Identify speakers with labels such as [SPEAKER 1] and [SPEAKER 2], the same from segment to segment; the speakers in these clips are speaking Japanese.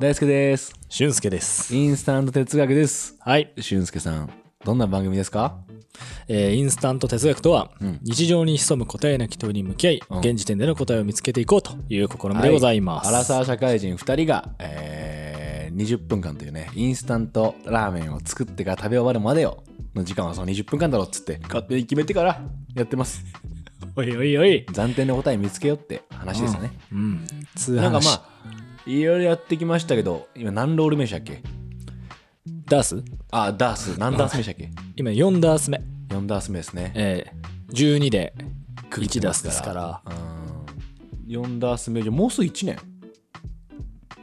[SPEAKER 1] 大輔です。
[SPEAKER 2] 俊介です。
[SPEAKER 1] インスタント哲学です。
[SPEAKER 2] はい、
[SPEAKER 1] 俊介さん、どんな番組ですか
[SPEAKER 2] えーインスタント哲学とは、
[SPEAKER 1] うん
[SPEAKER 2] 日常に潜む答えなき問いに向き合い、
[SPEAKER 1] うん
[SPEAKER 2] 現時点での答えを見つけていこうという試みでございます。
[SPEAKER 1] アラサー社会人2人が、えー20分間というね、インスタントラーメンを作ってから食べ終わるまでを、の時間はその20分間だろうっつって、勝手に決めてからやってます。
[SPEAKER 2] おいおいおい。
[SPEAKER 1] 暫定の答え見つけようって話ですよね。
[SPEAKER 2] うん。通
[SPEAKER 1] なん
[SPEAKER 2] 販
[SPEAKER 1] か
[SPEAKER 2] か
[SPEAKER 1] まあ、いろいろやってきましたけど、今何ロール目でしたっけ
[SPEAKER 2] ダース
[SPEAKER 1] あ、ダース、何ダース目でしたっけ
[SPEAKER 2] 今4ダース目。
[SPEAKER 1] ?4 ダース目ですね。
[SPEAKER 2] えー、12で
[SPEAKER 1] 切
[SPEAKER 2] 1
[SPEAKER 1] ってま
[SPEAKER 2] ダー
[SPEAKER 1] す
[SPEAKER 2] ス
[SPEAKER 1] か
[SPEAKER 2] で
[SPEAKER 1] ら
[SPEAKER 2] すから。
[SPEAKER 1] 4ダース目じゃもうすぐ1年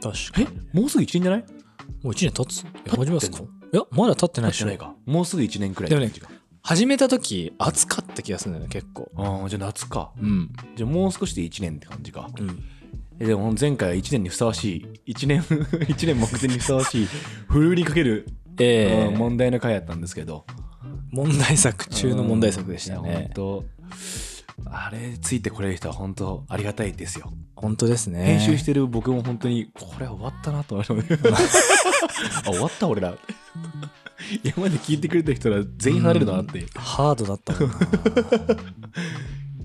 [SPEAKER 2] 確かに。
[SPEAKER 1] もうすぐ1年じゃない
[SPEAKER 2] もう1年経つえ始めますか
[SPEAKER 1] 経っ
[SPEAKER 2] いや、まだ経ってないでしょ。
[SPEAKER 1] かもうすぐ1年くらい
[SPEAKER 2] でもね始めた時暑かった気がするんだよね、結構。
[SPEAKER 1] ああじゃあ夏か
[SPEAKER 2] うん。
[SPEAKER 1] じゃあもう少しで1年って感じか
[SPEAKER 2] うん。
[SPEAKER 1] えでも前回は1年にふさわしい1年 一年目前にふさわ しいふるいにかける、
[SPEAKER 2] え
[SPEAKER 1] うん
[SPEAKER 2] ー、
[SPEAKER 1] 問題の回やったんですけど
[SPEAKER 2] 問題作中の問題作でした
[SPEAKER 1] うんいや本
[SPEAKER 2] ね。
[SPEAKER 1] 当あれついてこれる人は本当ありがたいですよ
[SPEAKER 2] 本当ですね。
[SPEAKER 1] 編集してる僕も本当にこれは終わったなと思 ってあ終わった俺ら今まで聞いてくれた人ら全員離れるなって、
[SPEAKER 2] うんハードだったもんな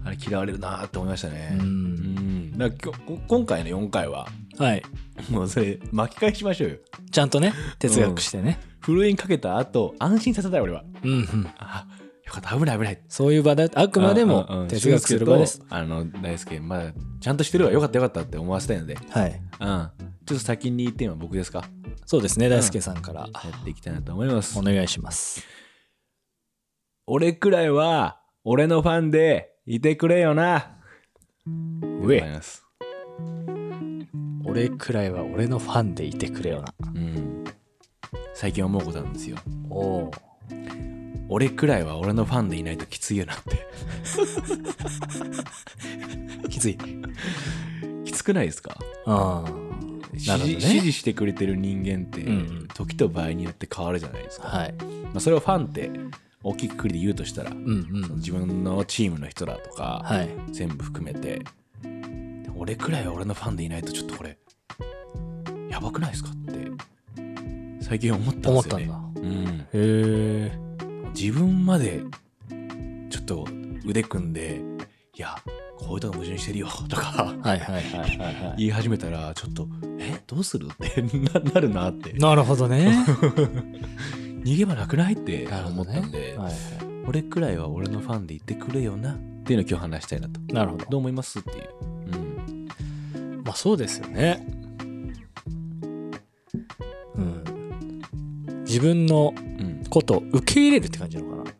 [SPEAKER 1] あれ嫌われるなって思いましたね
[SPEAKER 2] う
[SPEAKER 1] うんんだからきょ今回の4回は
[SPEAKER 2] はい
[SPEAKER 1] もうそれ巻き返しましょうよ
[SPEAKER 2] ちゃんとね哲学してね、
[SPEAKER 1] ふるいにかけた後安心させたい俺は
[SPEAKER 2] うんうん、
[SPEAKER 1] あよかった危ない危ない
[SPEAKER 2] そういう場だあくまで
[SPEAKER 1] うんうんう
[SPEAKER 2] も
[SPEAKER 1] ん
[SPEAKER 2] 哲学する場です
[SPEAKER 1] 俊介とあの大輔まだちゃんとしてるわよかったよかったって思わせたいのでうん
[SPEAKER 2] はい
[SPEAKER 1] ちょっと先にテーマ僕ですか
[SPEAKER 2] そうですね大輔さんから
[SPEAKER 1] やっていきたいなと思います
[SPEAKER 2] お願いします
[SPEAKER 1] 俺くらいは俺のファンでいてくれよな。
[SPEAKER 2] うえ
[SPEAKER 1] でございます
[SPEAKER 2] 俺くらいは俺のファンでいてくれよな
[SPEAKER 1] うん。最近思うことなんですよ。
[SPEAKER 2] おお
[SPEAKER 1] 俺くらいは俺のファンでいないときついよな って。
[SPEAKER 2] きつい
[SPEAKER 1] きつくないですか、
[SPEAKER 2] ああなるほどね
[SPEAKER 1] 支持支持してくれてる人間って、
[SPEAKER 2] うんうん
[SPEAKER 1] 時と場合によって変わるじゃないですか。
[SPEAKER 2] はい
[SPEAKER 1] まあ、それをファンって大きくくりで言うとしたら、
[SPEAKER 2] うんう
[SPEAKER 1] その
[SPEAKER 2] ん
[SPEAKER 1] 自分のチームの人だとか、
[SPEAKER 2] はい
[SPEAKER 1] 全部含めてで俺くらいは俺のファンでいないとちょっとこれやばくないですかって最近思ったん
[SPEAKER 2] 思
[SPEAKER 1] で
[SPEAKER 2] っ
[SPEAKER 1] す
[SPEAKER 2] た
[SPEAKER 1] よ
[SPEAKER 2] ん
[SPEAKER 1] ね
[SPEAKER 2] だ、
[SPEAKER 1] うん、
[SPEAKER 2] へえ
[SPEAKER 1] 自分までちょっと腕組んでいやこういうとこ矛盾してるよとか
[SPEAKER 2] はいはいはいはいはい
[SPEAKER 1] 言い始めたらちょっとえどうするってななるなって
[SPEAKER 2] なるほど ね
[SPEAKER 1] 逃げ場なくないって
[SPEAKER 2] なるほ
[SPEAKER 1] 思
[SPEAKER 2] ど
[SPEAKER 1] った
[SPEAKER 2] ね
[SPEAKER 1] んで、
[SPEAKER 2] はいは
[SPEAKER 1] 俺くらいは俺のファンでいてくれよなっていうのを今日話したいなと
[SPEAKER 2] い、なるほど
[SPEAKER 1] どう思いますっていう、うん
[SPEAKER 2] まあそうですよね。うん。自分の
[SPEAKER 1] うん、
[SPEAKER 2] ことを受け入れるって感じなのかな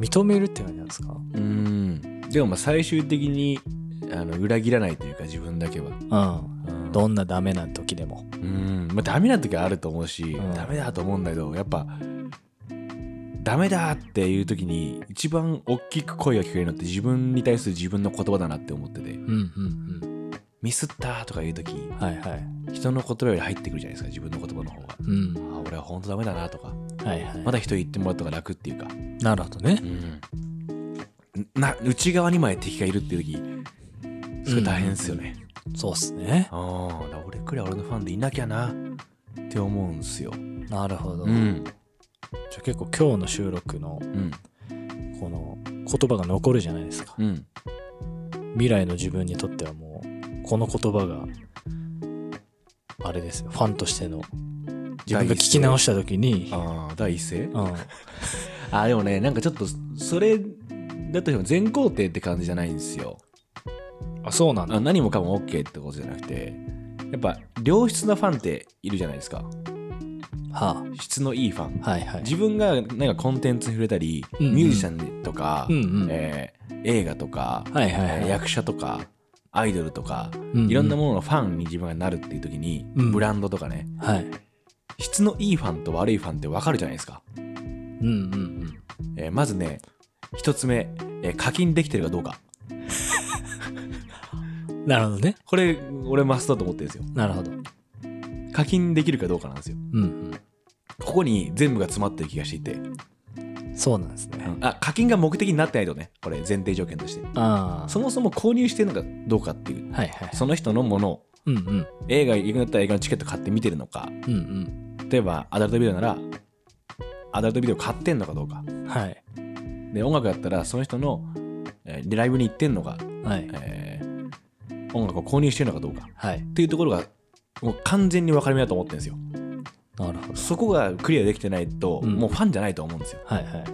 [SPEAKER 2] 認めるって感じなんですか
[SPEAKER 1] うんでもまあ最終的にあの裏切らないというか自分だけは、
[SPEAKER 2] うん。
[SPEAKER 1] うん
[SPEAKER 2] どんなダメな時でも。
[SPEAKER 1] うんまあ、ダメな時はあると思うし、
[SPEAKER 2] うん
[SPEAKER 1] ダメだと思うんだけどやっぱダメだっていう時に一番大きく声が聞こえるのって自分に対する自分の言葉だなって思ってて
[SPEAKER 2] うんうん
[SPEAKER 1] ミスったとかいう時
[SPEAKER 2] うん。はいはい。
[SPEAKER 1] 人の言葉より入ってくるじゃないですか自分の言葉の方が
[SPEAKER 2] うん。
[SPEAKER 1] あ俺は本当ダメだなとか
[SPEAKER 2] はいはい。
[SPEAKER 1] まだ人に言ってもらった方が楽っていうか、
[SPEAKER 2] なるほどね。
[SPEAKER 1] うんな内側にまで敵がいるっていう時それ大変ですよね、
[SPEAKER 2] そうっすね。
[SPEAKER 1] ああ、だから俺くらい俺のファンでいなきゃなって思うんすよ。
[SPEAKER 2] なるほど。
[SPEAKER 1] ん。
[SPEAKER 2] じゃあ結構今日の収録の
[SPEAKER 1] うん。
[SPEAKER 2] この言葉が残るじゃないですか。
[SPEAKER 1] うん。
[SPEAKER 2] 未来の自分にとってはもうこの言葉があれですよファンとしての自分が聞き直した時に、
[SPEAKER 1] ああ、第一声
[SPEAKER 2] うん、はい
[SPEAKER 1] ああ、でもね、なんかちょっと、それだとしても全肯定って感じじゃないんですよ。
[SPEAKER 2] あそうなんだ
[SPEAKER 1] あ何もかも OK ってことじゃなくて、やっぱ良質なファンっているじゃないですか。
[SPEAKER 2] は
[SPEAKER 1] 質のいいファン。
[SPEAKER 2] あ、はいはい
[SPEAKER 1] 自分がなんかコンテンツに触れたり、
[SPEAKER 2] うんうん
[SPEAKER 1] ミュージシャンとか、
[SPEAKER 2] うんうん
[SPEAKER 1] えー映画とか、
[SPEAKER 2] はいはいはい
[SPEAKER 1] 役者とか、アイドルとか、
[SPEAKER 2] うんうん
[SPEAKER 1] いろんなもののファンに自分がなるっていう時に、
[SPEAKER 2] うん
[SPEAKER 1] ブランドとかね、
[SPEAKER 2] はい
[SPEAKER 1] 質のいいファンと悪いファンって分かるじゃないですか。
[SPEAKER 2] うんうんうん
[SPEAKER 1] えーまずね、一つ目、えー課金できてるかどうか。
[SPEAKER 2] なるほどね
[SPEAKER 1] これ、俺マストだと思ってるんですよ。
[SPEAKER 2] なるほど
[SPEAKER 1] 課金できるかどうかなんですよ。
[SPEAKER 2] うん
[SPEAKER 1] ここに全部が詰まってる気がしていて。
[SPEAKER 2] うんそうなんですね、
[SPEAKER 1] あ、課金が目的になってないとね、これ前提条件として。
[SPEAKER 2] ああ
[SPEAKER 1] そもそも購入してるのかどうかっていう、
[SPEAKER 2] はいはい
[SPEAKER 1] その人のものを
[SPEAKER 2] うんうん
[SPEAKER 1] 映画行くんだったら映画のチケット買って見てるのか
[SPEAKER 2] うん
[SPEAKER 1] 例えばアダルトビデオならアダルトビデオ買ってんのかどうか
[SPEAKER 2] うんはい
[SPEAKER 1] で音楽だったらその人の、えーライブに行ってんのか、
[SPEAKER 2] はい
[SPEAKER 1] えー音楽を購入してるのかどうか
[SPEAKER 2] はい
[SPEAKER 1] っていうところがもう完全に分かれ目だと思ってるんですよ
[SPEAKER 2] なるほど
[SPEAKER 1] そこがクリアできてないと、
[SPEAKER 2] うん
[SPEAKER 1] もうファンじゃないと思うんですよ
[SPEAKER 2] はいはい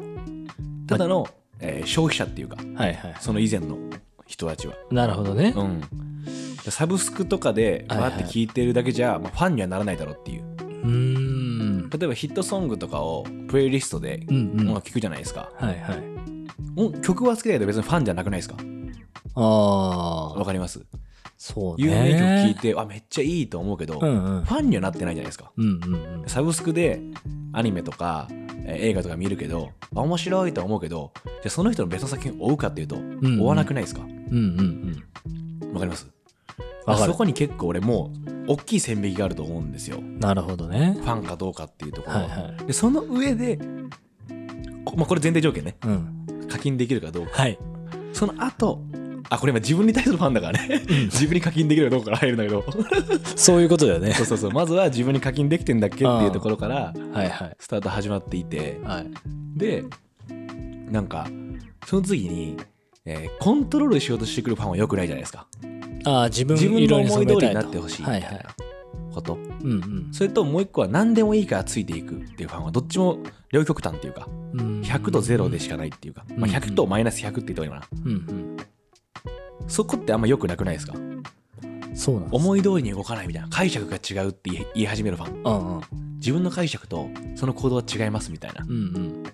[SPEAKER 1] ただの、えー消費者っていうか
[SPEAKER 2] はいはい
[SPEAKER 1] その以前の人たちは、
[SPEAKER 2] なるほどね
[SPEAKER 1] うん、サブスクとかで
[SPEAKER 2] はいはい
[SPEAKER 1] バーって聞いてるだけじゃ、まあ、ファンにはならないだろうっていう
[SPEAKER 2] うーん
[SPEAKER 1] 例えばヒットソングとかをプレイリストで
[SPEAKER 2] うんうん
[SPEAKER 1] 音
[SPEAKER 2] は
[SPEAKER 1] 楽聞くじゃないですか、
[SPEAKER 2] いはい
[SPEAKER 1] うん曲は好きだけど別にファンじゃなくないですか
[SPEAKER 2] あ
[SPEAKER 1] わ
[SPEAKER 2] あ
[SPEAKER 1] かります
[SPEAKER 2] そうね
[SPEAKER 1] 有名曲聞いて、あめっちゃいいと思うけど、
[SPEAKER 2] うん
[SPEAKER 1] フ
[SPEAKER 2] うん
[SPEAKER 1] ァンにはなってないじゃないですか
[SPEAKER 2] うんうんうん
[SPEAKER 1] サブスクでアニメとか、えー映画とか見るけどあ面白いとは思うけどじゃあその人の別の作品を追うかっていうと、
[SPEAKER 2] うん
[SPEAKER 1] 追わなくないですか
[SPEAKER 2] うんうん
[SPEAKER 1] わかります
[SPEAKER 2] わかる
[SPEAKER 1] そこに結構俺もう大きい線引きがあると思うんですよ
[SPEAKER 2] うんなるほどね
[SPEAKER 1] ファンかどうかっていうところ、
[SPEAKER 2] はいはい
[SPEAKER 1] でその上で、こまあ、これ前提条件ね
[SPEAKER 2] うん
[SPEAKER 1] 課金できるかどうか
[SPEAKER 2] はい
[SPEAKER 1] その後あこれ今自分に対するファンだからね自分に課金できるかどうかから入るんだけど
[SPEAKER 2] そういうことだよね
[SPEAKER 1] そうそうそうまずは自分に課金できてんだっけっていうところから
[SPEAKER 2] はいはい
[SPEAKER 1] スタート始まっていて
[SPEAKER 2] はい
[SPEAKER 1] でなんかその次に、えーコントロールしようとしてくるファンはよくないじゃないですか
[SPEAKER 2] ああ自分
[SPEAKER 1] 自分の
[SPEAKER 2] 色に
[SPEAKER 1] 思
[SPEAKER 2] 染
[SPEAKER 1] い通り
[SPEAKER 2] めたい
[SPEAKER 1] に
[SPEAKER 2] と
[SPEAKER 1] なってほしいみ
[SPEAKER 2] は
[SPEAKER 1] た
[SPEAKER 2] い
[SPEAKER 1] い
[SPEAKER 2] は
[SPEAKER 1] ないこと、
[SPEAKER 2] うん
[SPEAKER 1] それともう一個は何でもいいからついていくっていうファンはどっちも両極端っていうか
[SPEAKER 2] うんうん
[SPEAKER 1] 100と0でしかないっていうか、まあ、100とマイナス100って言った方がいいのか
[SPEAKER 2] うんうん
[SPEAKER 1] なそこってあんま良くなくないですか
[SPEAKER 2] そうなんです
[SPEAKER 1] 思い通りに動かないみたいな解釈が違うって言い言い始めるファン
[SPEAKER 2] うんうん
[SPEAKER 1] 自分の解釈とその行動は違いますみたいな
[SPEAKER 2] うん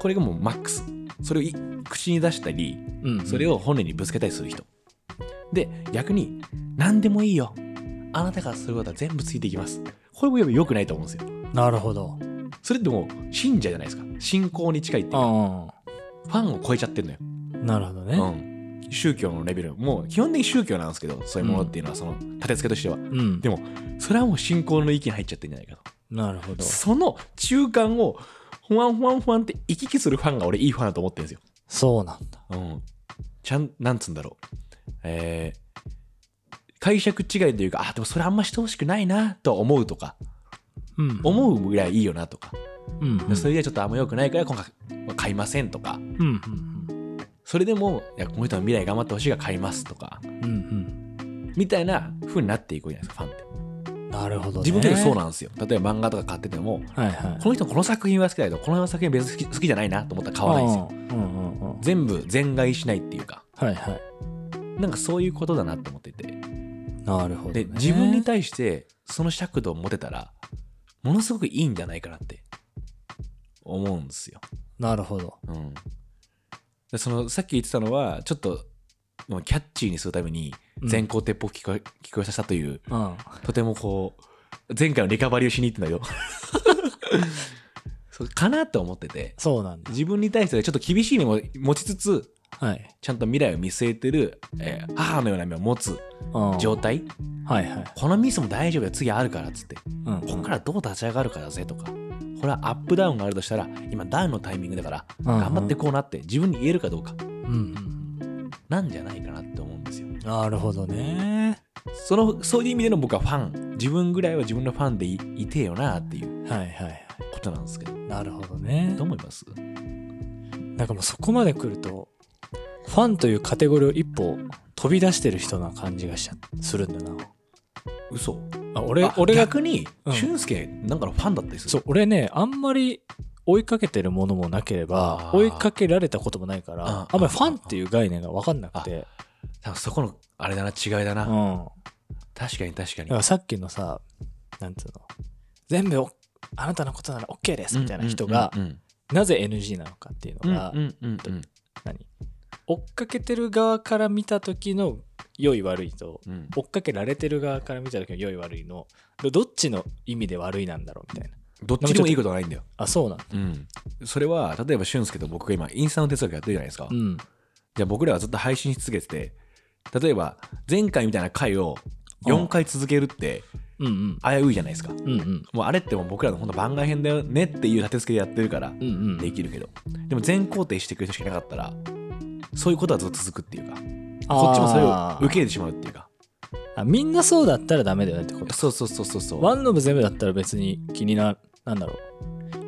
[SPEAKER 1] これがもうマックスそれをい口に出したり
[SPEAKER 2] うんうん
[SPEAKER 1] それを本音にぶつけたりする人で逆に何でもいいよあなたがすることは全部ついていきますこれも良くないと思うんですよ
[SPEAKER 2] なるほど
[SPEAKER 1] それってもう信者じゃないですか信仰に近いっていうか
[SPEAKER 2] あ
[SPEAKER 1] ファンを超えちゃってるのよ
[SPEAKER 2] あなるほどね
[SPEAKER 1] うん、宗教のレベルもう基本的に宗教なんですけどそういうものっていうのはその立て付けとしては、
[SPEAKER 2] うん
[SPEAKER 1] でもそれはもう信仰の域に入っちゃってるんじゃないか
[SPEAKER 2] なるほ
[SPEAKER 1] と
[SPEAKER 2] ど
[SPEAKER 1] その中間をふわんふわんふわんって行き来するファンが俺いいファンだと思ってるんですよ、
[SPEAKER 2] そうなんだ
[SPEAKER 1] うん、ちゃんなんつうんだろうえー解釈違いというかあでもそれあんましてほしくないなとは思うとか
[SPEAKER 2] うん
[SPEAKER 1] 思うぐらいいいよなとか、
[SPEAKER 2] うんうん
[SPEAKER 1] それじゃちょっとあんま良くないから今回は買いませんとか
[SPEAKER 2] うんうん
[SPEAKER 1] それでもいやこの人の未来頑張ってほしいから買いますとか
[SPEAKER 2] うんうん
[SPEAKER 1] みたいな風になっていくじゃないですかファンって
[SPEAKER 2] うんなるほどね
[SPEAKER 1] 自分でもそうなんですよ例えば漫画とか買ってても
[SPEAKER 2] はいはい
[SPEAKER 1] この人この作品は好きだけどこの作品は別に好き好きじゃないなと思ったら買わないんですよ
[SPEAKER 2] うんうんうんうん
[SPEAKER 1] 全部全買いしないっていうか
[SPEAKER 2] はいはい
[SPEAKER 1] なんかそういうことだなと思ってて
[SPEAKER 2] なるほど
[SPEAKER 1] で
[SPEAKER 2] ね
[SPEAKER 1] 自分に対してその尺度を持てたらものすごくいいんじゃないかなって思うんですよ、
[SPEAKER 2] なるほど
[SPEAKER 1] うん、でそのさっき言ってたのはちょっともうキャッチーにするために全校鉄砲聞こえ聞こえさせたという
[SPEAKER 2] うん
[SPEAKER 1] とてもこう前回のリカバリーをしに行ってんだよ そうかなと思ってて
[SPEAKER 2] そうなんだ
[SPEAKER 1] 自分に対してちょっと厳しい目も持ちつつ
[SPEAKER 2] はい
[SPEAKER 1] ちゃんと未来を見据えてる、えー母のような目を持つ
[SPEAKER 2] うん
[SPEAKER 1] 状態
[SPEAKER 2] はいはい
[SPEAKER 1] このミスも大丈夫よ次あるからっつって
[SPEAKER 2] うん
[SPEAKER 1] ここからどう立ち上がるかだぜとかこれはアップダウンがあるとしたら今ダウンのタイミングだから
[SPEAKER 2] うん
[SPEAKER 1] 頑張ってこうなって自分に言えるかどうか
[SPEAKER 2] うんうん
[SPEAKER 1] なんじゃないかなって思うんですよ
[SPEAKER 2] うんなるほどね
[SPEAKER 1] そのそういう意味での僕はファン自分ぐらいは自分のファンでいいてよなっていう
[SPEAKER 2] はいはいはい
[SPEAKER 1] ことなんですけど
[SPEAKER 2] なるほどね
[SPEAKER 1] どう思います
[SPEAKER 2] なんかもうそこまで来るとファンというカテゴリーを一歩飛び出してる人な感じがしちゃするんだな
[SPEAKER 1] 嘘
[SPEAKER 2] あ
[SPEAKER 1] 俺
[SPEAKER 2] 俺
[SPEAKER 1] 俺
[SPEAKER 2] 俺が
[SPEAKER 1] 逆に、
[SPEAKER 2] うん
[SPEAKER 1] 俊介なんかのファンだったりする
[SPEAKER 2] そう俺ねあんまり追いかけてるものもなければ
[SPEAKER 1] あー
[SPEAKER 2] 追いかけられたこともないから
[SPEAKER 1] あ
[SPEAKER 2] あ
[SPEAKER 1] ー
[SPEAKER 2] んまりファンっていう概念が分かんなくて
[SPEAKER 1] 多分そこのあれだな違いだな、
[SPEAKER 2] うん
[SPEAKER 1] 確かに確か
[SPEAKER 2] だ
[SPEAKER 1] に
[SPEAKER 2] からさっきのさなんつうの全部おあなたのことなら OK ですみたいな人が
[SPEAKER 1] うんうん
[SPEAKER 2] なぜ NG なのかっていう
[SPEAKER 1] う
[SPEAKER 2] の
[SPEAKER 1] ん
[SPEAKER 2] が
[SPEAKER 1] うんうんうん
[SPEAKER 2] 何追っかけてる側から見た時の良い悪いと
[SPEAKER 1] うんうん
[SPEAKER 2] 追っかけられてる側から見た時の良い悪いのどどっちの意味で悪いなんだろうみたいな
[SPEAKER 1] どっちでもいいことはないんだよ、
[SPEAKER 2] あそうなんだ
[SPEAKER 1] うん、それは例えば俊介と僕が今インスタの哲学やってるじゃないですか、
[SPEAKER 2] うん
[SPEAKER 1] じゃあ僕らはずっと配信し続けてて例えば前回みたいな回を4回続けるって
[SPEAKER 2] うんうん
[SPEAKER 1] 危ういじゃないですか
[SPEAKER 2] うんうん
[SPEAKER 1] もうあれってもう僕らの本当番外編だよねっていう立て付けでやってるから
[SPEAKER 2] うんうん
[SPEAKER 1] できるけど、でも全肯定してくれる人しかいなかったらそういうことはずっと続くっていうか
[SPEAKER 2] あー
[SPEAKER 1] こっちもそれを受け入れてしまうっていうか
[SPEAKER 2] あみんなそうだったらダメだよねってこと
[SPEAKER 1] そうそうそうそうそう
[SPEAKER 2] ワンノブ全部だったら別に気にななんだろう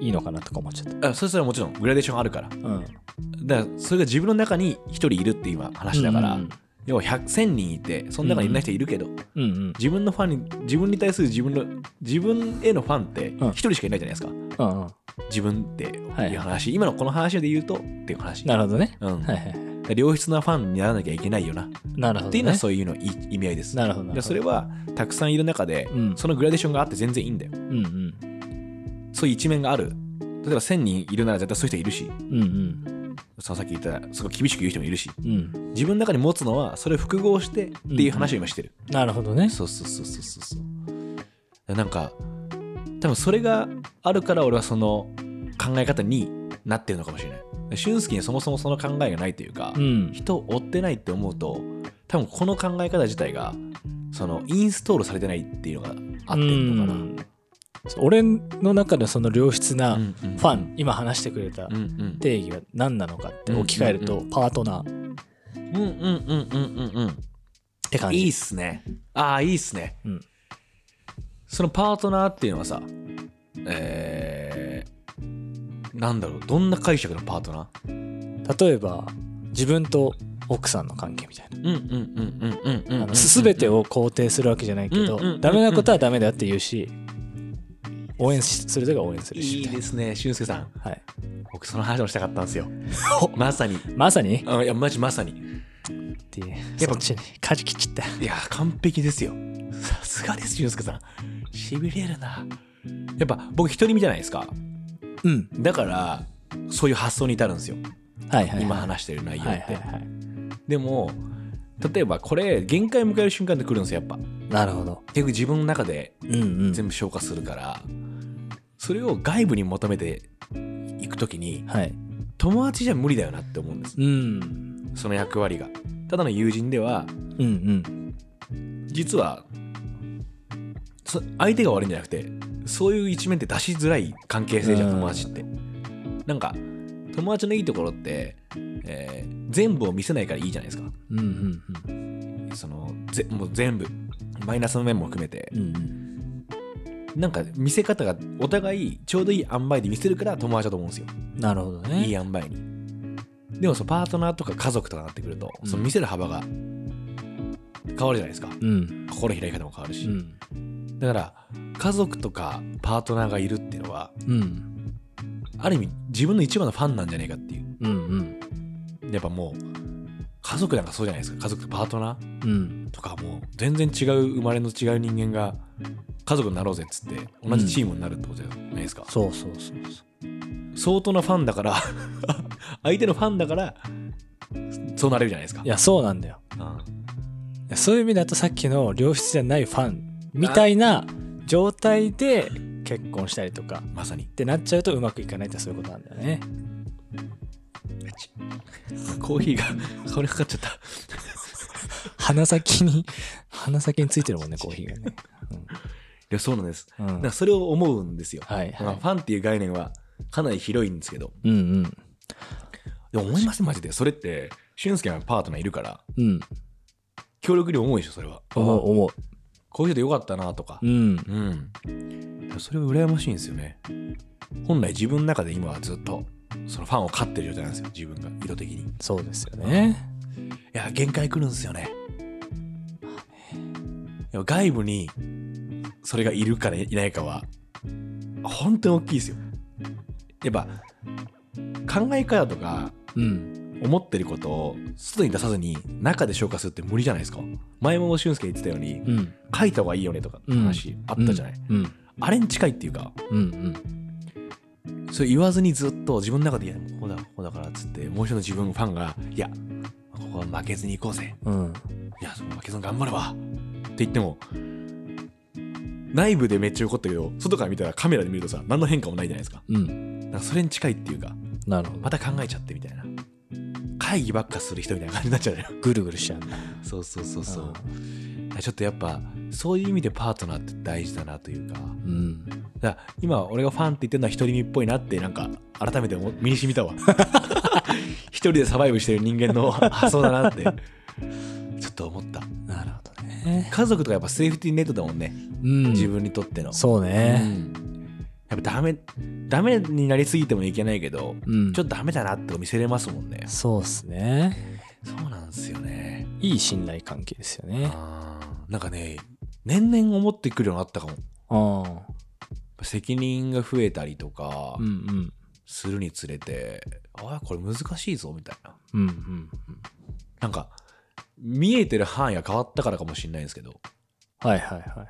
[SPEAKER 2] いいのかなとか思っちゃっ
[SPEAKER 1] あそれそれはもちろんグラデーションあるから
[SPEAKER 2] たうん
[SPEAKER 1] だからそれが自分の中に1人いるって今話だから、
[SPEAKER 2] うん
[SPEAKER 1] 要は100 1000人いてその中にいない人いるけど、
[SPEAKER 2] うんうん
[SPEAKER 1] 自分のファンに自分に対する自分の自分へのファンって
[SPEAKER 2] ん
[SPEAKER 1] 1人しかいないじゃないですか、
[SPEAKER 2] うんうん
[SPEAKER 1] 自分っていう
[SPEAKER 2] はい
[SPEAKER 1] 話、今のこの話で言うとっていう話
[SPEAKER 2] なるほどね
[SPEAKER 1] うん
[SPEAKER 2] はいはいはい
[SPEAKER 1] だから良質なファンにならなきゃいけないよな、
[SPEAKER 2] なるほどね
[SPEAKER 1] っていうのはそういうのい意味合いです
[SPEAKER 2] なるほどな
[SPEAKER 1] で
[SPEAKER 2] るほど
[SPEAKER 1] それはたくさんいる中で、
[SPEAKER 2] うん
[SPEAKER 1] そのグラデーションがあって全然いいんだよ
[SPEAKER 2] うん
[SPEAKER 1] そういう一面がある例えば1000人いるなら絶対そういう人いるし
[SPEAKER 2] うんうん
[SPEAKER 1] そのさっき言ったすごい厳しく言う人もいるし
[SPEAKER 2] うんうん
[SPEAKER 1] 自分の中に持つのはそれを複合してっていう話を今してる、
[SPEAKER 2] なるほどね
[SPEAKER 1] そうそうそうそうそうそうなんか多分それがあるから俺はその考え方になってるのかもしれない俊介にそもそもその考えがないというか、
[SPEAKER 2] うん
[SPEAKER 1] 人を追ってないって思うと多分この考え方自体がそのインストールされてないっていうのが合ってるのかな、
[SPEAKER 2] うん俺の中でその良質なフ
[SPEAKER 1] フ
[SPEAKER 2] ァン、、今話してくれた
[SPEAKER 1] うんうん、
[SPEAKER 2] 定義は何なのかって
[SPEAKER 1] うん
[SPEAKER 2] 置き換える
[SPEAKER 1] うん
[SPEAKER 2] と
[SPEAKER 1] う
[SPEAKER 2] パートナーっ
[SPEAKER 1] うんうんうんうんうんうん
[SPEAKER 2] て感じ
[SPEAKER 1] いいっすねああいいっすね、
[SPEAKER 2] うん
[SPEAKER 1] そのパートナーっていうのはさえー、なんだろうどんな解釈のパートナ
[SPEAKER 2] 例えば自分と奥さんの関係みたい
[SPEAKER 1] ーうんうんうんうんうんうん
[SPEAKER 2] な
[SPEAKER 1] うん
[SPEAKER 2] あの全てを肯定するわけじゃないけ
[SPEAKER 1] うんうんうんう
[SPEAKER 2] ど
[SPEAKER 1] ん
[SPEAKER 2] ダメなことはダメだって言うし応援しするときは応援するし
[SPEAKER 1] い
[SPEAKER 2] み
[SPEAKER 1] い
[SPEAKER 2] たい
[SPEAKER 1] で
[SPEAKER 2] な
[SPEAKER 1] すね俊介さん
[SPEAKER 2] はい、
[SPEAKER 1] 僕その話をしたかったんですよまさに
[SPEAKER 2] まさに
[SPEAKER 1] あいやマジまさに
[SPEAKER 2] ってや
[SPEAKER 1] やっぱ
[SPEAKER 2] っちに舵切っちゃった
[SPEAKER 1] いや完璧ですよさすがです俊介さんしびれるなやっぱ僕一人身じゃないですか
[SPEAKER 2] うん
[SPEAKER 1] だからそういう発想に至るんですよ
[SPEAKER 2] はいはい
[SPEAKER 1] 今
[SPEAKER 2] はい
[SPEAKER 1] 話してる内容って、
[SPEAKER 2] はいはいはい
[SPEAKER 1] でも例えばこれ限界迎える瞬間で来るんですよやっぱ
[SPEAKER 2] なるほど
[SPEAKER 1] 結局自分の中で
[SPEAKER 2] うんうん
[SPEAKER 1] 全部消化するから、それを外部に求めていく時に
[SPEAKER 2] はい
[SPEAKER 1] 友達じゃ無理だよなって思うんです
[SPEAKER 2] うん
[SPEAKER 1] その役割がただの友人では
[SPEAKER 2] うんうん
[SPEAKER 1] 実はそ相手が悪いんじゃなくてそういう一面って出しづらい関係性じゃん
[SPEAKER 2] うん
[SPEAKER 1] 友達ってなんか友達のいいところって、えー全部を見せないからいいじゃないですか
[SPEAKER 2] うんうんうん
[SPEAKER 1] そのぜもう全部マイナスの面も含めて
[SPEAKER 2] うんうん
[SPEAKER 1] なんか見せ方がお互いちょうどいい塩梅で見せるから友達だと思うんですよ
[SPEAKER 2] なるほどね
[SPEAKER 1] いい塩梅にでもそのパートナーとか家族とかになってくると、
[SPEAKER 2] うん
[SPEAKER 1] その見せる幅が変わるじゃないですか
[SPEAKER 2] うん
[SPEAKER 1] 心開き方も変わるし、
[SPEAKER 2] うん
[SPEAKER 1] だから家族とかパートナーがいるっていうのは
[SPEAKER 2] うん
[SPEAKER 1] ある意味自分の一番のファンなんじゃないかっていう
[SPEAKER 2] うんうん
[SPEAKER 1] やっぱもう家族なんかそうじゃないですか家族とパートナー
[SPEAKER 2] うん
[SPEAKER 1] とかもう全然違う生まれの違う人間が家族になろうぜっつって同じチームになるってことじゃないですか、
[SPEAKER 2] そうそうそうそう
[SPEAKER 1] 相当なファンだから 相手のファンだからそうなれるじゃないですか
[SPEAKER 2] いやそうなんだよ
[SPEAKER 1] うん
[SPEAKER 2] いやそういう意味だとさっきの良質じゃないファンみたいな状態で結婚したりとか
[SPEAKER 1] まさに
[SPEAKER 2] ってなっちゃうとうまくいかないってそういうことなんだよね
[SPEAKER 1] コーヒーが顔にかかっちゃった
[SPEAKER 2] 鼻先に鼻先についてるもんねコーヒーがね、
[SPEAKER 1] いやそうなんです
[SPEAKER 2] うんうん
[SPEAKER 1] だからそれを思うんですよ、
[SPEAKER 2] はい
[SPEAKER 1] まあ
[SPEAKER 2] は
[SPEAKER 1] ファンっていう概念はかなり広いんですけど
[SPEAKER 2] いうん
[SPEAKER 1] でも思いますマジでそれって俊介のパートナーいるから
[SPEAKER 2] うんうん
[SPEAKER 1] 協力量重いでしょそれは
[SPEAKER 2] 思う
[SPEAKER 1] あ
[SPEAKER 2] 思
[SPEAKER 1] こういう人でよかったなとか
[SPEAKER 2] うう
[SPEAKER 1] う
[SPEAKER 2] ん
[SPEAKER 1] ん、だからそれは羨ましいんですよね本来自分の中で今はずっとそのファンを飼ってる状態なんですよ自分が意図的にい
[SPEAKER 2] そうですよね
[SPEAKER 1] や限界来るんですよねいや外部にそれがいるかいないかは本当に大きいですよやっぱ考え方とか
[SPEAKER 2] うん
[SPEAKER 1] 思ってることを外に出さずに中で消化するって無理じゃないですか前も俊介言ってたように
[SPEAKER 2] うん
[SPEAKER 1] 書いた方がいいよねとかって話あったじゃない、
[SPEAKER 2] うん
[SPEAKER 1] あれに近いっていうか
[SPEAKER 2] うんうん
[SPEAKER 1] それ言わずにずっと自分の中で「いやもうこうだこうだから」っつってもう一人の自分ファンが「いやここは負けずに行こうぜ
[SPEAKER 2] うん
[SPEAKER 1] いやその負けずに頑張れば」って言っても内部でめっちゃ怒ったけど外から見たらカメラで見るとさ何の変化もないじゃないですか
[SPEAKER 2] うん
[SPEAKER 1] だからそれに近いっていうか
[SPEAKER 2] なるほど
[SPEAKER 1] また考えちゃってみたいな会議ばっかする人みたいな感じになっちゃうのよ
[SPEAKER 2] ぐるぐるしちゃうんだ
[SPEAKER 1] そうそうそうそうちょっとやっぱそういう意味でパートナーって大事だなというか
[SPEAKER 2] うん
[SPEAKER 1] だから今俺がファンって言ってるのは独り身っぽいなってなんか改めて思身にしみたわ 一人でサバイブしてる人間のあそうだなってちょっと思った
[SPEAKER 2] なるほどねね。
[SPEAKER 1] 家族とかやっぱセーフティーネットだもんね、
[SPEAKER 2] うん。
[SPEAKER 1] 自分にとっての
[SPEAKER 2] そう
[SPEAKER 1] う
[SPEAKER 2] ね。
[SPEAKER 1] んやっぱダメダメになりすぎてもいけないけど、
[SPEAKER 2] うん。
[SPEAKER 1] ちょっとダメだなって見せれますもんね
[SPEAKER 2] そうっすね。
[SPEAKER 1] そうなんですよね
[SPEAKER 2] いい信頼関係ですよね。
[SPEAKER 1] あーなんかね年々思ってくるようになったかも
[SPEAKER 2] あ
[SPEAKER 1] 責任が増えたりとか
[SPEAKER 2] あ。うんうん。
[SPEAKER 1] するにつれて、ああこれ難しいぞみたいな
[SPEAKER 2] うんうんうん。
[SPEAKER 1] なんか見えてる範囲が変わったからかもしれないんですけど
[SPEAKER 2] はいはいは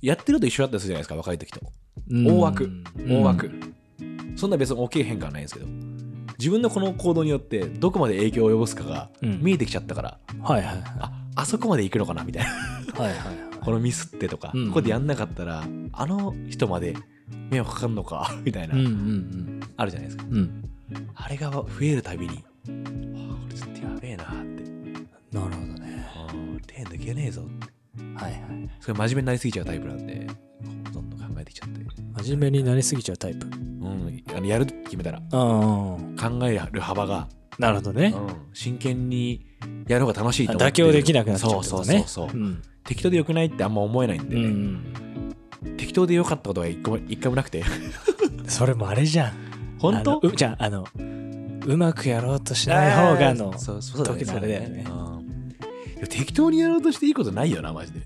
[SPEAKER 2] い。
[SPEAKER 1] やってると一緒だったりするじゃないですか若い時と
[SPEAKER 2] うん
[SPEAKER 1] 大枠大枠、。そんな別に大きい変化はないんですけど自分のこの行動によってどこまで影響を及ぼすかが
[SPEAKER 2] うん
[SPEAKER 1] 見えてきちゃったから、
[SPEAKER 2] うんはいはいはい。
[SPEAKER 1] ああそこまで行くのかなみたい な
[SPEAKER 2] はいはいはい。
[SPEAKER 1] このミスってとか、
[SPEAKER 2] うん
[SPEAKER 1] ここでやんなかったらあの人まで迷惑かかんのか みたいな、
[SPEAKER 2] うんうん
[SPEAKER 1] あるじゃないですか
[SPEAKER 2] うん。うん。
[SPEAKER 1] あれが増えるたびにあこれちょっとやべえなって
[SPEAKER 2] なるほどね。
[SPEAKER 1] あー手抜けねえぞって
[SPEAKER 2] はいはい。
[SPEAKER 1] それ真面目になりすぎちゃうタイプなんでこうどんどん考えてきちゃって、
[SPEAKER 2] 真面目になりすぎちゃうタイプ。
[SPEAKER 1] うん、あのやるって決めたら
[SPEAKER 2] ああ。
[SPEAKER 1] 考える幅が
[SPEAKER 2] なるほどね。
[SPEAKER 1] うん、真剣にやる方が楽しいと思ってる
[SPEAKER 2] 妥協できなくなっちゃうって
[SPEAKER 1] そ
[SPEAKER 2] こ
[SPEAKER 1] う
[SPEAKER 2] と
[SPEAKER 1] そう
[SPEAKER 2] ね。
[SPEAKER 1] そうそう、
[SPEAKER 2] ん。
[SPEAKER 1] 適当でよくないってあんま思えないんで、
[SPEAKER 2] う
[SPEAKER 1] ね
[SPEAKER 2] ん。
[SPEAKER 1] 適当でよかったことが一個も一回もなくて
[SPEAKER 2] それもあれじゃん。
[SPEAKER 1] 本
[SPEAKER 2] あの
[SPEAKER 1] 当
[SPEAKER 2] うじゃあ、あの、うまくやろうとしない方がの。
[SPEAKER 1] そうそうだね
[SPEAKER 2] 時のあれだよね
[SPEAKER 1] そうだねうんいや適当にやろうとしていいことないよなマジで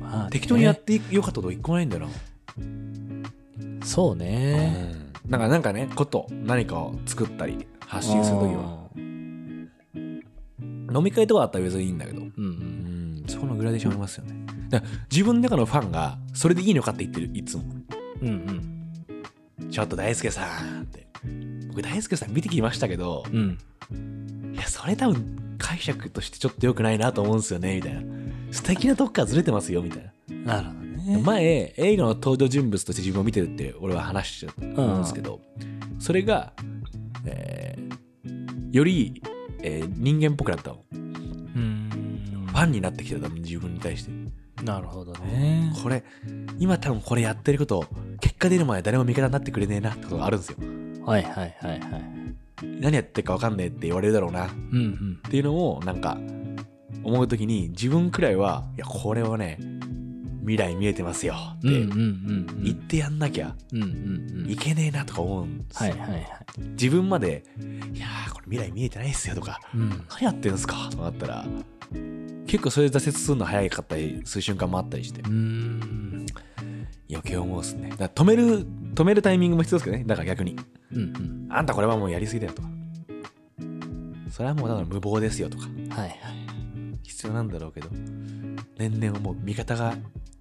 [SPEAKER 2] まあね
[SPEAKER 1] 適当にやってよかったこと一個もないんだよな、
[SPEAKER 2] そうね。
[SPEAKER 1] うんなんかなんかねこと何かを作ったり発信するときは。飲み会とかだったら別にいいんだけど
[SPEAKER 2] うんう。
[SPEAKER 1] うんんそこのグラデーションありますよねだから自分の中のファンがそれでいいのかって言ってるいつも
[SPEAKER 2] うんうん。
[SPEAKER 1] ちょっと大輔さんって。僕大輔さん見てきましたけど、
[SPEAKER 2] うん。
[SPEAKER 1] いや、それ多分解釈としてちょっと良くないなと思うんですよね、みたいな。素敵なとこからずれてますよ、みたい
[SPEAKER 2] なるほど
[SPEAKER 1] な。
[SPEAKER 2] ね。
[SPEAKER 1] 前、映画の登場人物として自分を見てるって俺は話してたと思うんですけど、それが、えーより、えー人間っぽくなったの。フ
[SPEAKER 2] うん。
[SPEAKER 1] ァンになってきてたの、自分に対して。
[SPEAKER 2] なるほどね。
[SPEAKER 1] これ、今多分これやってること、結果出る前誰も味方になってくれねえなってことがあるんですよ。
[SPEAKER 2] はいはいはいはい。
[SPEAKER 1] 何やってるか分かんねえって言われるだろうな
[SPEAKER 2] うんうん
[SPEAKER 1] っ。ていうのをなんか思う時に自分くらいはいやこれはね未来見えてますよっ
[SPEAKER 2] うんうん
[SPEAKER 1] て
[SPEAKER 2] うんうん。
[SPEAKER 1] 言ってやんなきゃ
[SPEAKER 2] うんうんうん
[SPEAKER 1] い。けねえなとか思うんです
[SPEAKER 2] はい
[SPEAKER 1] よ、
[SPEAKER 2] はいはい。
[SPEAKER 1] 自分まで「いやーこれ未来見えてないっすよ」とか
[SPEAKER 2] うん
[SPEAKER 1] 「何やってんすか」とかなったら結構それで挫折するの早かったりする瞬間もあったりして
[SPEAKER 2] うーん。
[SPEAKER 1] 余計思うっすねだから止める止めるタイミングも必要ですけどねだから逆に
[SPEAKER 2] う
[SPEAKER 1] 「
[SPEAKER 2] ん
[SPEAKER 1] あんたこれはもうやりすぎだよ」とか「それはもうただの無謀ですよ」とか
[SPEAKER 2] うん。はいはい。
[SPEAKER 1] 必要なんだろうけど年々もう味方が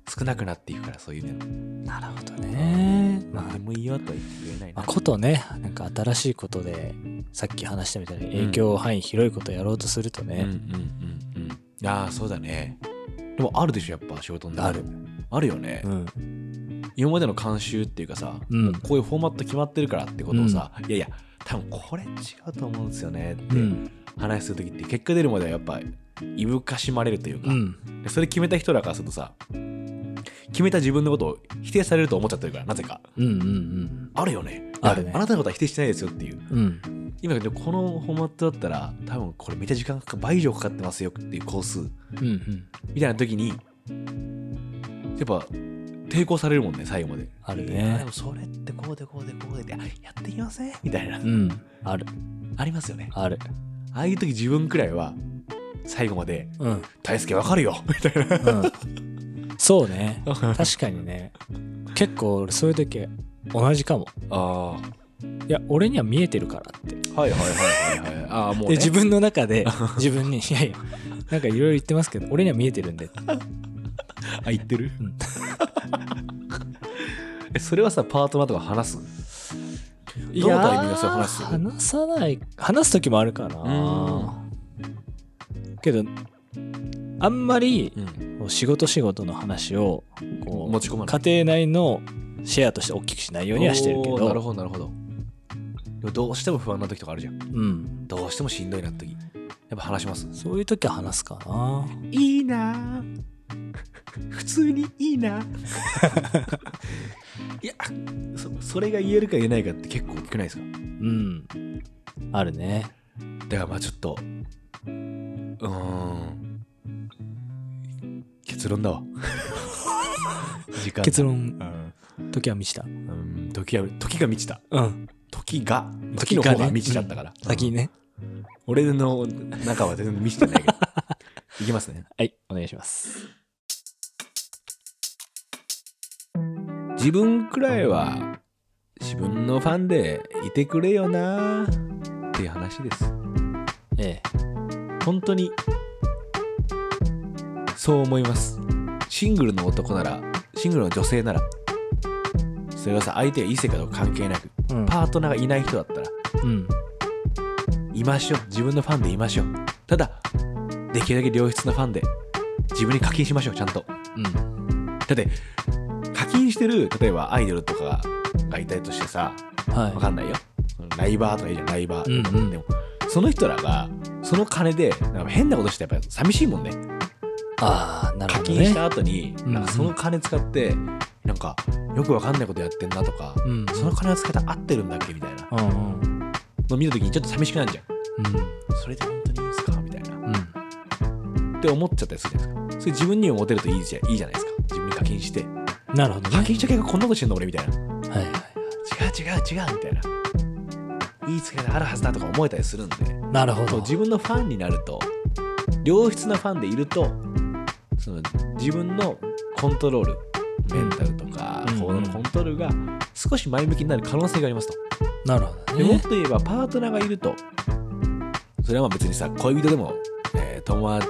[SPEAKER 1] 少なくなっていくからそういうの
[SPEAKER 2] なるほどね。ま
[SPEAKER 1] 何で
[SPEAKER 2] あ、
[SPEAKER 1] もいいよとは言えないな、
[SPEAKER 2] まあ、ことね、なんか新しいことで、さっき話したみたいに影響範囲広いことやろうとすると
[SPEAKER 1] うんうん
[SPEAKER 2] ね、
[SPEAKER 1] うんうんああそうだねでもあるでしょやっぱ仕事の中で
[SPEAKER 2] あ
[SPEAKER 1] あるよね、
[SPEAKER 2] うん。
[SPEAKER 1] 今までの慣習っていうかさ、
[SPEAKER 2] うん
[SPEAKER 1] もうこういうフォーマット決まってるからってことをさ、いやいや多分これ違うと思うんですよねって
[SPEAKER 2] うん。
[SPEAKER 1] 話する時って結果出るまではやっぱいぶかしまれるというか、
[SPEAKER 2] うん。
[SPEAKER 1] でそれ決めた人らからするとさ決めた自分のことを否定されると思っちゃってるからなぜか
[SPEAKER 2] うんうん
[SPEAKER 1] あるよね。
[SPEAKER 2] あるね
[SPEAKER 1] あなたのことは否定してないですよっていう。
[SPEAKER 2] うん。うん。
[SPEAKER 1] 今、このフォーマットだったら、多分これめっちゃ時間かか倍以上かかってますよっていうコース
[SPEAKER 2] うんうん。
[SPEAKER 1] みたいな時に、やっぱ抵抗されるもんね、最後まで。
[SPEAKER 2] ある
[SPEAKER 1] いやで
[SPEAKER 2] ね
[SPEAKER 1] も。それってこうでこうでこうでって、あやってきませんみたいな
[SPEAKER 2] う。ん。ある。
[SPEAKER 1] ありますよね。あ
[SPEAKER 2] ある。
[SPEAKER 1] あいう時自分くらいは、最後まで、
[SPEAKER 2] うん。
[SPEAKER 1] 大輔わか るよみたいな。
[SPEAKER 2] うん。そうね。確かにね。結構俺そういう時同じかも。
[SPEAKER 1] ああ。はい
[SPEAKER 2] や、俺には見えてるからって。
[SPEAKER 1] いはいはいはいはい。ああ、もう、
[SPEAKER 2] で
[SPEAKER 1] ね。
[SPEAKER 2] 自分の中で自分に「いやいやなんかいろいろ言ってますけど俺には見えてるんで」
[SPEAKER 1] あ、言ってる、
[SPEAKER 2] うん
[SPEAKER 1] えそれはさ、パートナーとか話す
[SPEAKER 2] い
[SPEAKER 1] どの
[SPEAKER 2] や
[SPEAKER 1] タイミングでそれ話す
[SPEAKER 2] 話さない話す時もあるかなけどあんまり
[SPEAKER 1] うん。
[SPEAKER 2] こう仕事仕事の話をこう
[SPEAKER 1] 持ち込まない
[SPEAKER 2] 家庭内のシェアとして大きくしないようにはしてるけど
[SPEAKER 1] おーなるほどなるほどでもどうしても不安な時とかあるじゃん
[SPEAKER 2] うん、
[SPEAKER 1] どうしてもしんどいなって時やっぱ話します
[SPEAKER 2] そういう時は話すかない
[SPEAKER 1] いなぁ普通にいいなぁ いやそそれが言えるか言えないかって結構大きくないですか
[SPEAKER 2] うんあるね
[SPEAKER 1] だからまあちょっとうーん結論だ わ時間
[SPEAKER 2] 結論、
[SPEAKER 1] うん
[SPEAKER 2] 時は満ちた。
[SPEAKER 1] うん時は時が満ちた
[SPEAKER 2] うん。
[SPEAKER 1] 時が時
[SPEAKER 2] 時
[SPEAKER 1] の
[SPEAKER 2] がね
[SPEAKER 1] 方が満ちちゃったから、
[SPEAKER 2] 先にね。
[SPEAKER 1] 俺の中は全然満ちてないけ どいきますね
[SPEAKER 2] はい、お願いします。
[SPEAKER 1] 自分くらいは自分のファンでいてくれよなっていう話です
[SPEAKER 2] ええ。
[SPEAKER 1] 本当にそう思いますシングルの男ならシングルの女性ならそれはさ相手が異性かどうか関係なく
[SPEAKER 2] うん。
[SPEAKER 1] パートナーがいない人だったら
[SPEAKER 2] うん。
[SPEAKER 1] いましょう自分のファンでいましょうただできるだけ良質なファンで自分に課金しましょうちゃんと
[SPEAKER 2] うん。
[SPEAKER 1] だって課金してる例えばアイドルとかがいたりとしてさわ
[SPEAKER 2] は
[SPEAKER 1] かんないよライバーとかいいじゃんライバー、
[SPEAKER 2] うんうん
[SPEAKER 1] でもその人らがその金でなんか変なことしてやっぱ寂しいもんね
[SPEAKER 2] い。ああ、なる
[SPEAKER 1] 課
[SPEAKER 2] ほど
[SPEAKER 1] 金し
[SPEAKER 2] ね。
[SPEAKER 1] た後に、
[SPEAKER 2] うん
[SPEAKER 1] なんかその金使ってなんかよくわかんないことやってんなとか、
[SPEAKER 2] うんうん
[SPEAKER 1] その金の使い方合ってるんだっけみたいな
[SPEAKER 2] うんうん。うん。
[SPEAKER 1] の見た時にちょっと寂しくなるじゃんそれで本当にいいんすかみたいな
[SPEAKER 2] うん。
[SPEAKER 1] って思っちゃったりするじゃないですかそれ自分にもモテるといいじゃいいじゃないですか自分に課金して
[SPEAKER 2] なるほどね。
[SPEAKER 1] 課金した結果こんなことしてんの俺みたいな違う
[SPEAKER 2] はい
[SPEAKER 1] 違う
[SPEAKER 2] は
[SPEAKER 1] 違うみたいないい使い方あるはずだとか思えたりするんで
[SPEAKER 2] い。なるほ
[SPEAKER 1] そう
[SPEAKER 2] ど。
[SPEAKER 1] 自分のファンになると良質なファンでいるとその自分のコントロールメンタルとか
[SPEAKER 2] うん
[SPEAKER 1] 行動のコントロールが少し前向きになる可能性がありますと、
[SPEAKER 2] なるほど
[SPEAKER 1] でもっ
[SPEAKER 2] ね。
[SPEAKER 1] と言えばパートナーがいるとそれはまあ別にさ恋人でも、えー友達、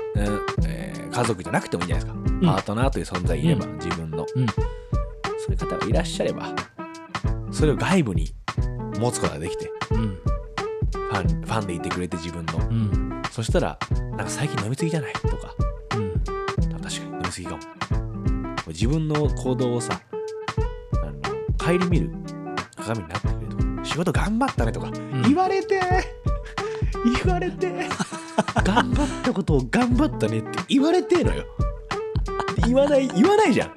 [SPEAKER 1] えー家族じゃなくてもいいじゃないですか、
[SPEAKER 2] ん
[SPEAKER 1] パートナーという存在がいれば、
[SPEAKER 2] う
[SPEAKER 1] 自分の、
[SPEAKER 2] うん
[SPEAKER 1] そういう方がいらっしゃればそれを外部に持つことができて
[SPEAKER 2] うん。
[SPEAKER 1] ファンファンでいてくれて自分の
[SPEAKER 2] うん。
[SPEAKER 1] そしたら、なんか最近飲みすぎじゃないとか、
[SPEAKER 2] うん。
[SPEAKER 1] 確かに飲みすぎかも。自分の行動をさ、あの、帰り見る鏡になってくれるとか、仕事頑張ったねとか、
[SPEAKER 2] うん
[SPEAKER 1] 言われて 言われ て頑張ったことを頑張ったねって言われてえのよ。言わない、言わないじゃん。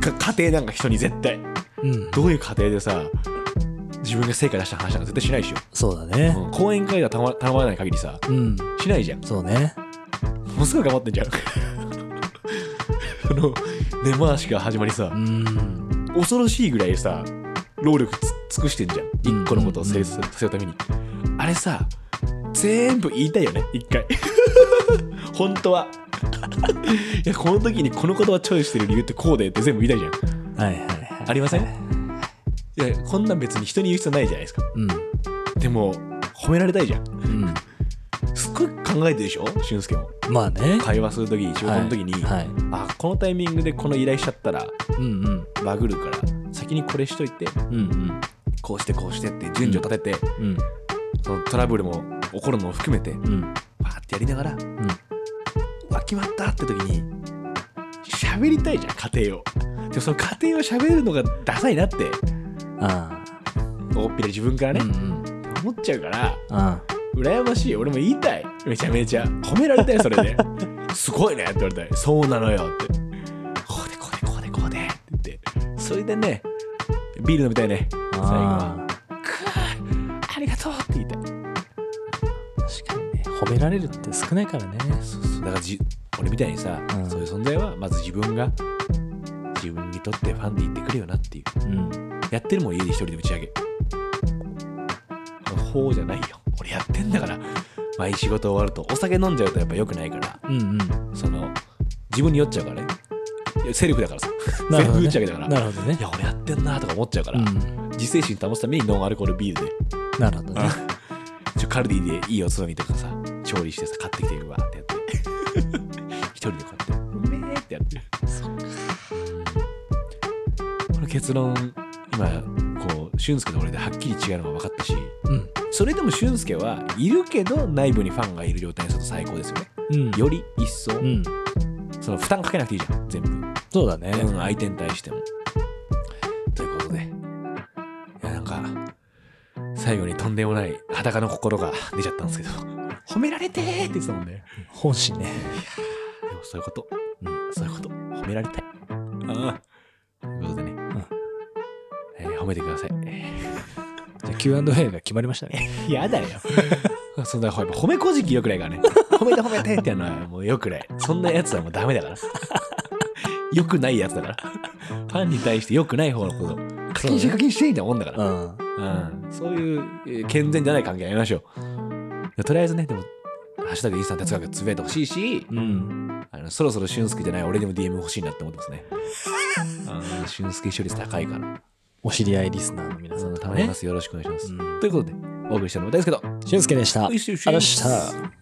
[SPEAKER 1] か家庭なんか人に絶対。
[SPEAKER 2] うん。
[SPEAKER 1] どういう家庭でさ、自分が成果出した話なんか絶対しないでし
[SPEAKER 2] そうだね。
[SPEAKER 1] ょ。うん講演会が頼ま頼まれない限りさ、
[SPEAKER 2] うん。
[SPEAKER 1] しないじゃん。
[SPEAKER 2] そうね。
[SPEAKER 1] もうすぐ頑張ってんじゃん。 その根回しが始まりさ
[SPEAKER 2] う、ん。
[SPEAKER 1] 恐ろしいぐらいさ、労力つ尽くしてんじゃん。一個のことを成立させるために。あれさ、全部言いたいよね、一回。 本当は。 いや、この時にこの言葉チョイスしてる理由ってこうでって全部言いたいじゃん。
[SPEAKER 2] はいはいはい。
[SPEAKER 1] ありませんいや、こんなん別に人に言う必要ないじゃないですか。
[SPEAKER 2] うん。
[SPEAKER 1] でも、褒められたいじゃん。
[SPEAKER 2] うん。
[SPEAKER 1] すっごい考えてるでしょ俊介も。
[SPEAKER 2] まあね。
[SPEAKER 1] 会話するとき、仕事のときに、
[SPEAKER 2] はい。はい
[SPEAKER 1] あ、このタイミングでこの依頼しちゃったら、
[SPEAKER 2] うんうん。
[SPEAKER 1] バグるから先にこれしといて
[SPEAKER 2] うん
[SPEAKER 1] こうしてこうしてって順序立てて、
[SPEAKER 2] うん。うん。
[SPEAKER 1] そのトラブルも起こるのも含めて
[SPEAKER 2] うん。
[SPEAKER 1] バーってやりながら、うわ決まったって時に喋りたいじゃん家庭をでもその家庭を喋るのがダサいなって
[SPEAKER 2] あ
[SPEAKER 1] おっぴら自分か
[SPEAKER 2] あ。
[SPEAKER 1] らね
[SPEAKER 2] う、んうん。
[SPEAKER 1] って思っちゃうから
[SPEAKER 2] あ
[SPEAKER 1] 羨ましい俺も言いたいめちゃめちゃ褒められたいそれ ですごいねって言われたいそうなのよってこうでこうでこうでこうでって言ってそれでねビール飲みたいね
[SPEAKER 2] あ。
[SPEAKER 1] 最後は
[SPEAKER 2] ああ。
[SPEAKER 1] くわありがとうって言いたい
[SPEAKER 2] 確かにね。褒められるって少ないからね。
[SPEAKER 1] そうそうだからじ俺みたいにさ、
[SPEAKER 2] うん
[SPEAKER 1] そういう存在はまず自分が自分にとってファンで言ってくれよなっていう
[SPEAKER 2] うん。
[SPEAKER 1] やってるもん家で一人で打ち上げほうじゃないよ俺やってんだから毎仕事終わるとお酒飲んじゃうとやっぱ良くないから
[SPEAKER 2] うんうん。
[SPEAKER 1] その自分に酔っちゃうからねいやセルフだからさ、セル
[SPEAKER 2] なるほど
[SPEAKER 1] フ
[SPEAKER 2] ね
[SPEAKER 1] 打ち上げだから
[SPEAKER 2] なるほどね
[SPEAKER 1] い。や俺やってんなとか思っちゃうから、
[SPEAKER 2] うん。
[SPEAKER 1] 自制心保つためにノンアルコールビールで
[SPEAKER 2] なるほどね。
[SPEAKER 1] ちょカルディでいいおつまみとかさ調理してさ買ってきてうわーってやって 一人でこうやって「うめえ!」ってやってるこの結論今こう俊介と俺ではっきり違うのが分かったし
[SPEAKER 2] うん。
[SPEAKER 1] それでも俊介はいるけど内部にファンがいる状態にすると最高ですよね
[SPEAKER 2] うん。
[SPEAKER 1] より一層、
[SPEAKER 2] うん。
[SPEAKER 1] その負担かけなくていいじゃん全部、
[SPEAKER 2] そうだね。
[SPEAKER 1] うん相手に対してもということでいやなんか最後にとんでもない裸の心が出ちゃったんですけど褒められてーって言ってたもんね
[SPEAKER 2] 本心ね。
[SPEAKER 1] でもそういうこと、
[SPEAKER 2] うん
[SPEAKER 1] そういうこと、褒められたい。ああ。ということでね、
[SPEAKER 2] ん
[SPEAKER 1] えー褒めてください。
[SPEAKER 2] じゃあ Q&A が決まりましたね。
[SPEAKER 1] やだよ。 そんな、やっぱ褒め こじきよくないからね。褒めて褒めてってやるのはもうよくない。そんなやつはもうダメだから。 良くないやつだから。ファンに対して良くない方のこと。課金して課金していいんだもんだから。
[SPEAKER 2] うん。
[SPEAKER 1] うん、そういうえー健全じゃない関係やめましょう。とりあえずね、でも、ハッシュタグインスタント哲学つぶやいてほしいし、
[SPEAKER 2] うん。
[SPEAKER 1] あのそろそろ俊介じゃない俺にも DM 欲しいなって思ってますね。うん俊介視聴率高いから、
[SPEAKER 2] お知り合いリスナーの皆さ
[SPEAKER 1] そ
[SPEAKER 2] ん
[SPEAKER 1] の
[SPEAKER 2] と
[SPEAKER 1] た
[SPEAKER 2] か
[SPEAKER 1] まり
[SPEAKER 2] ね
[SPEAKER 1] ま。す。よろしくお願いします。
[SPEAKER 2] うん
[SPEAKER 1] ということで、お送りしたのも大好きだ。
[SPEAKER 2] 俊介でした。
[SPEAKER 1] よいしょよいしょ
[SPEAKER 2] ありがとうございました。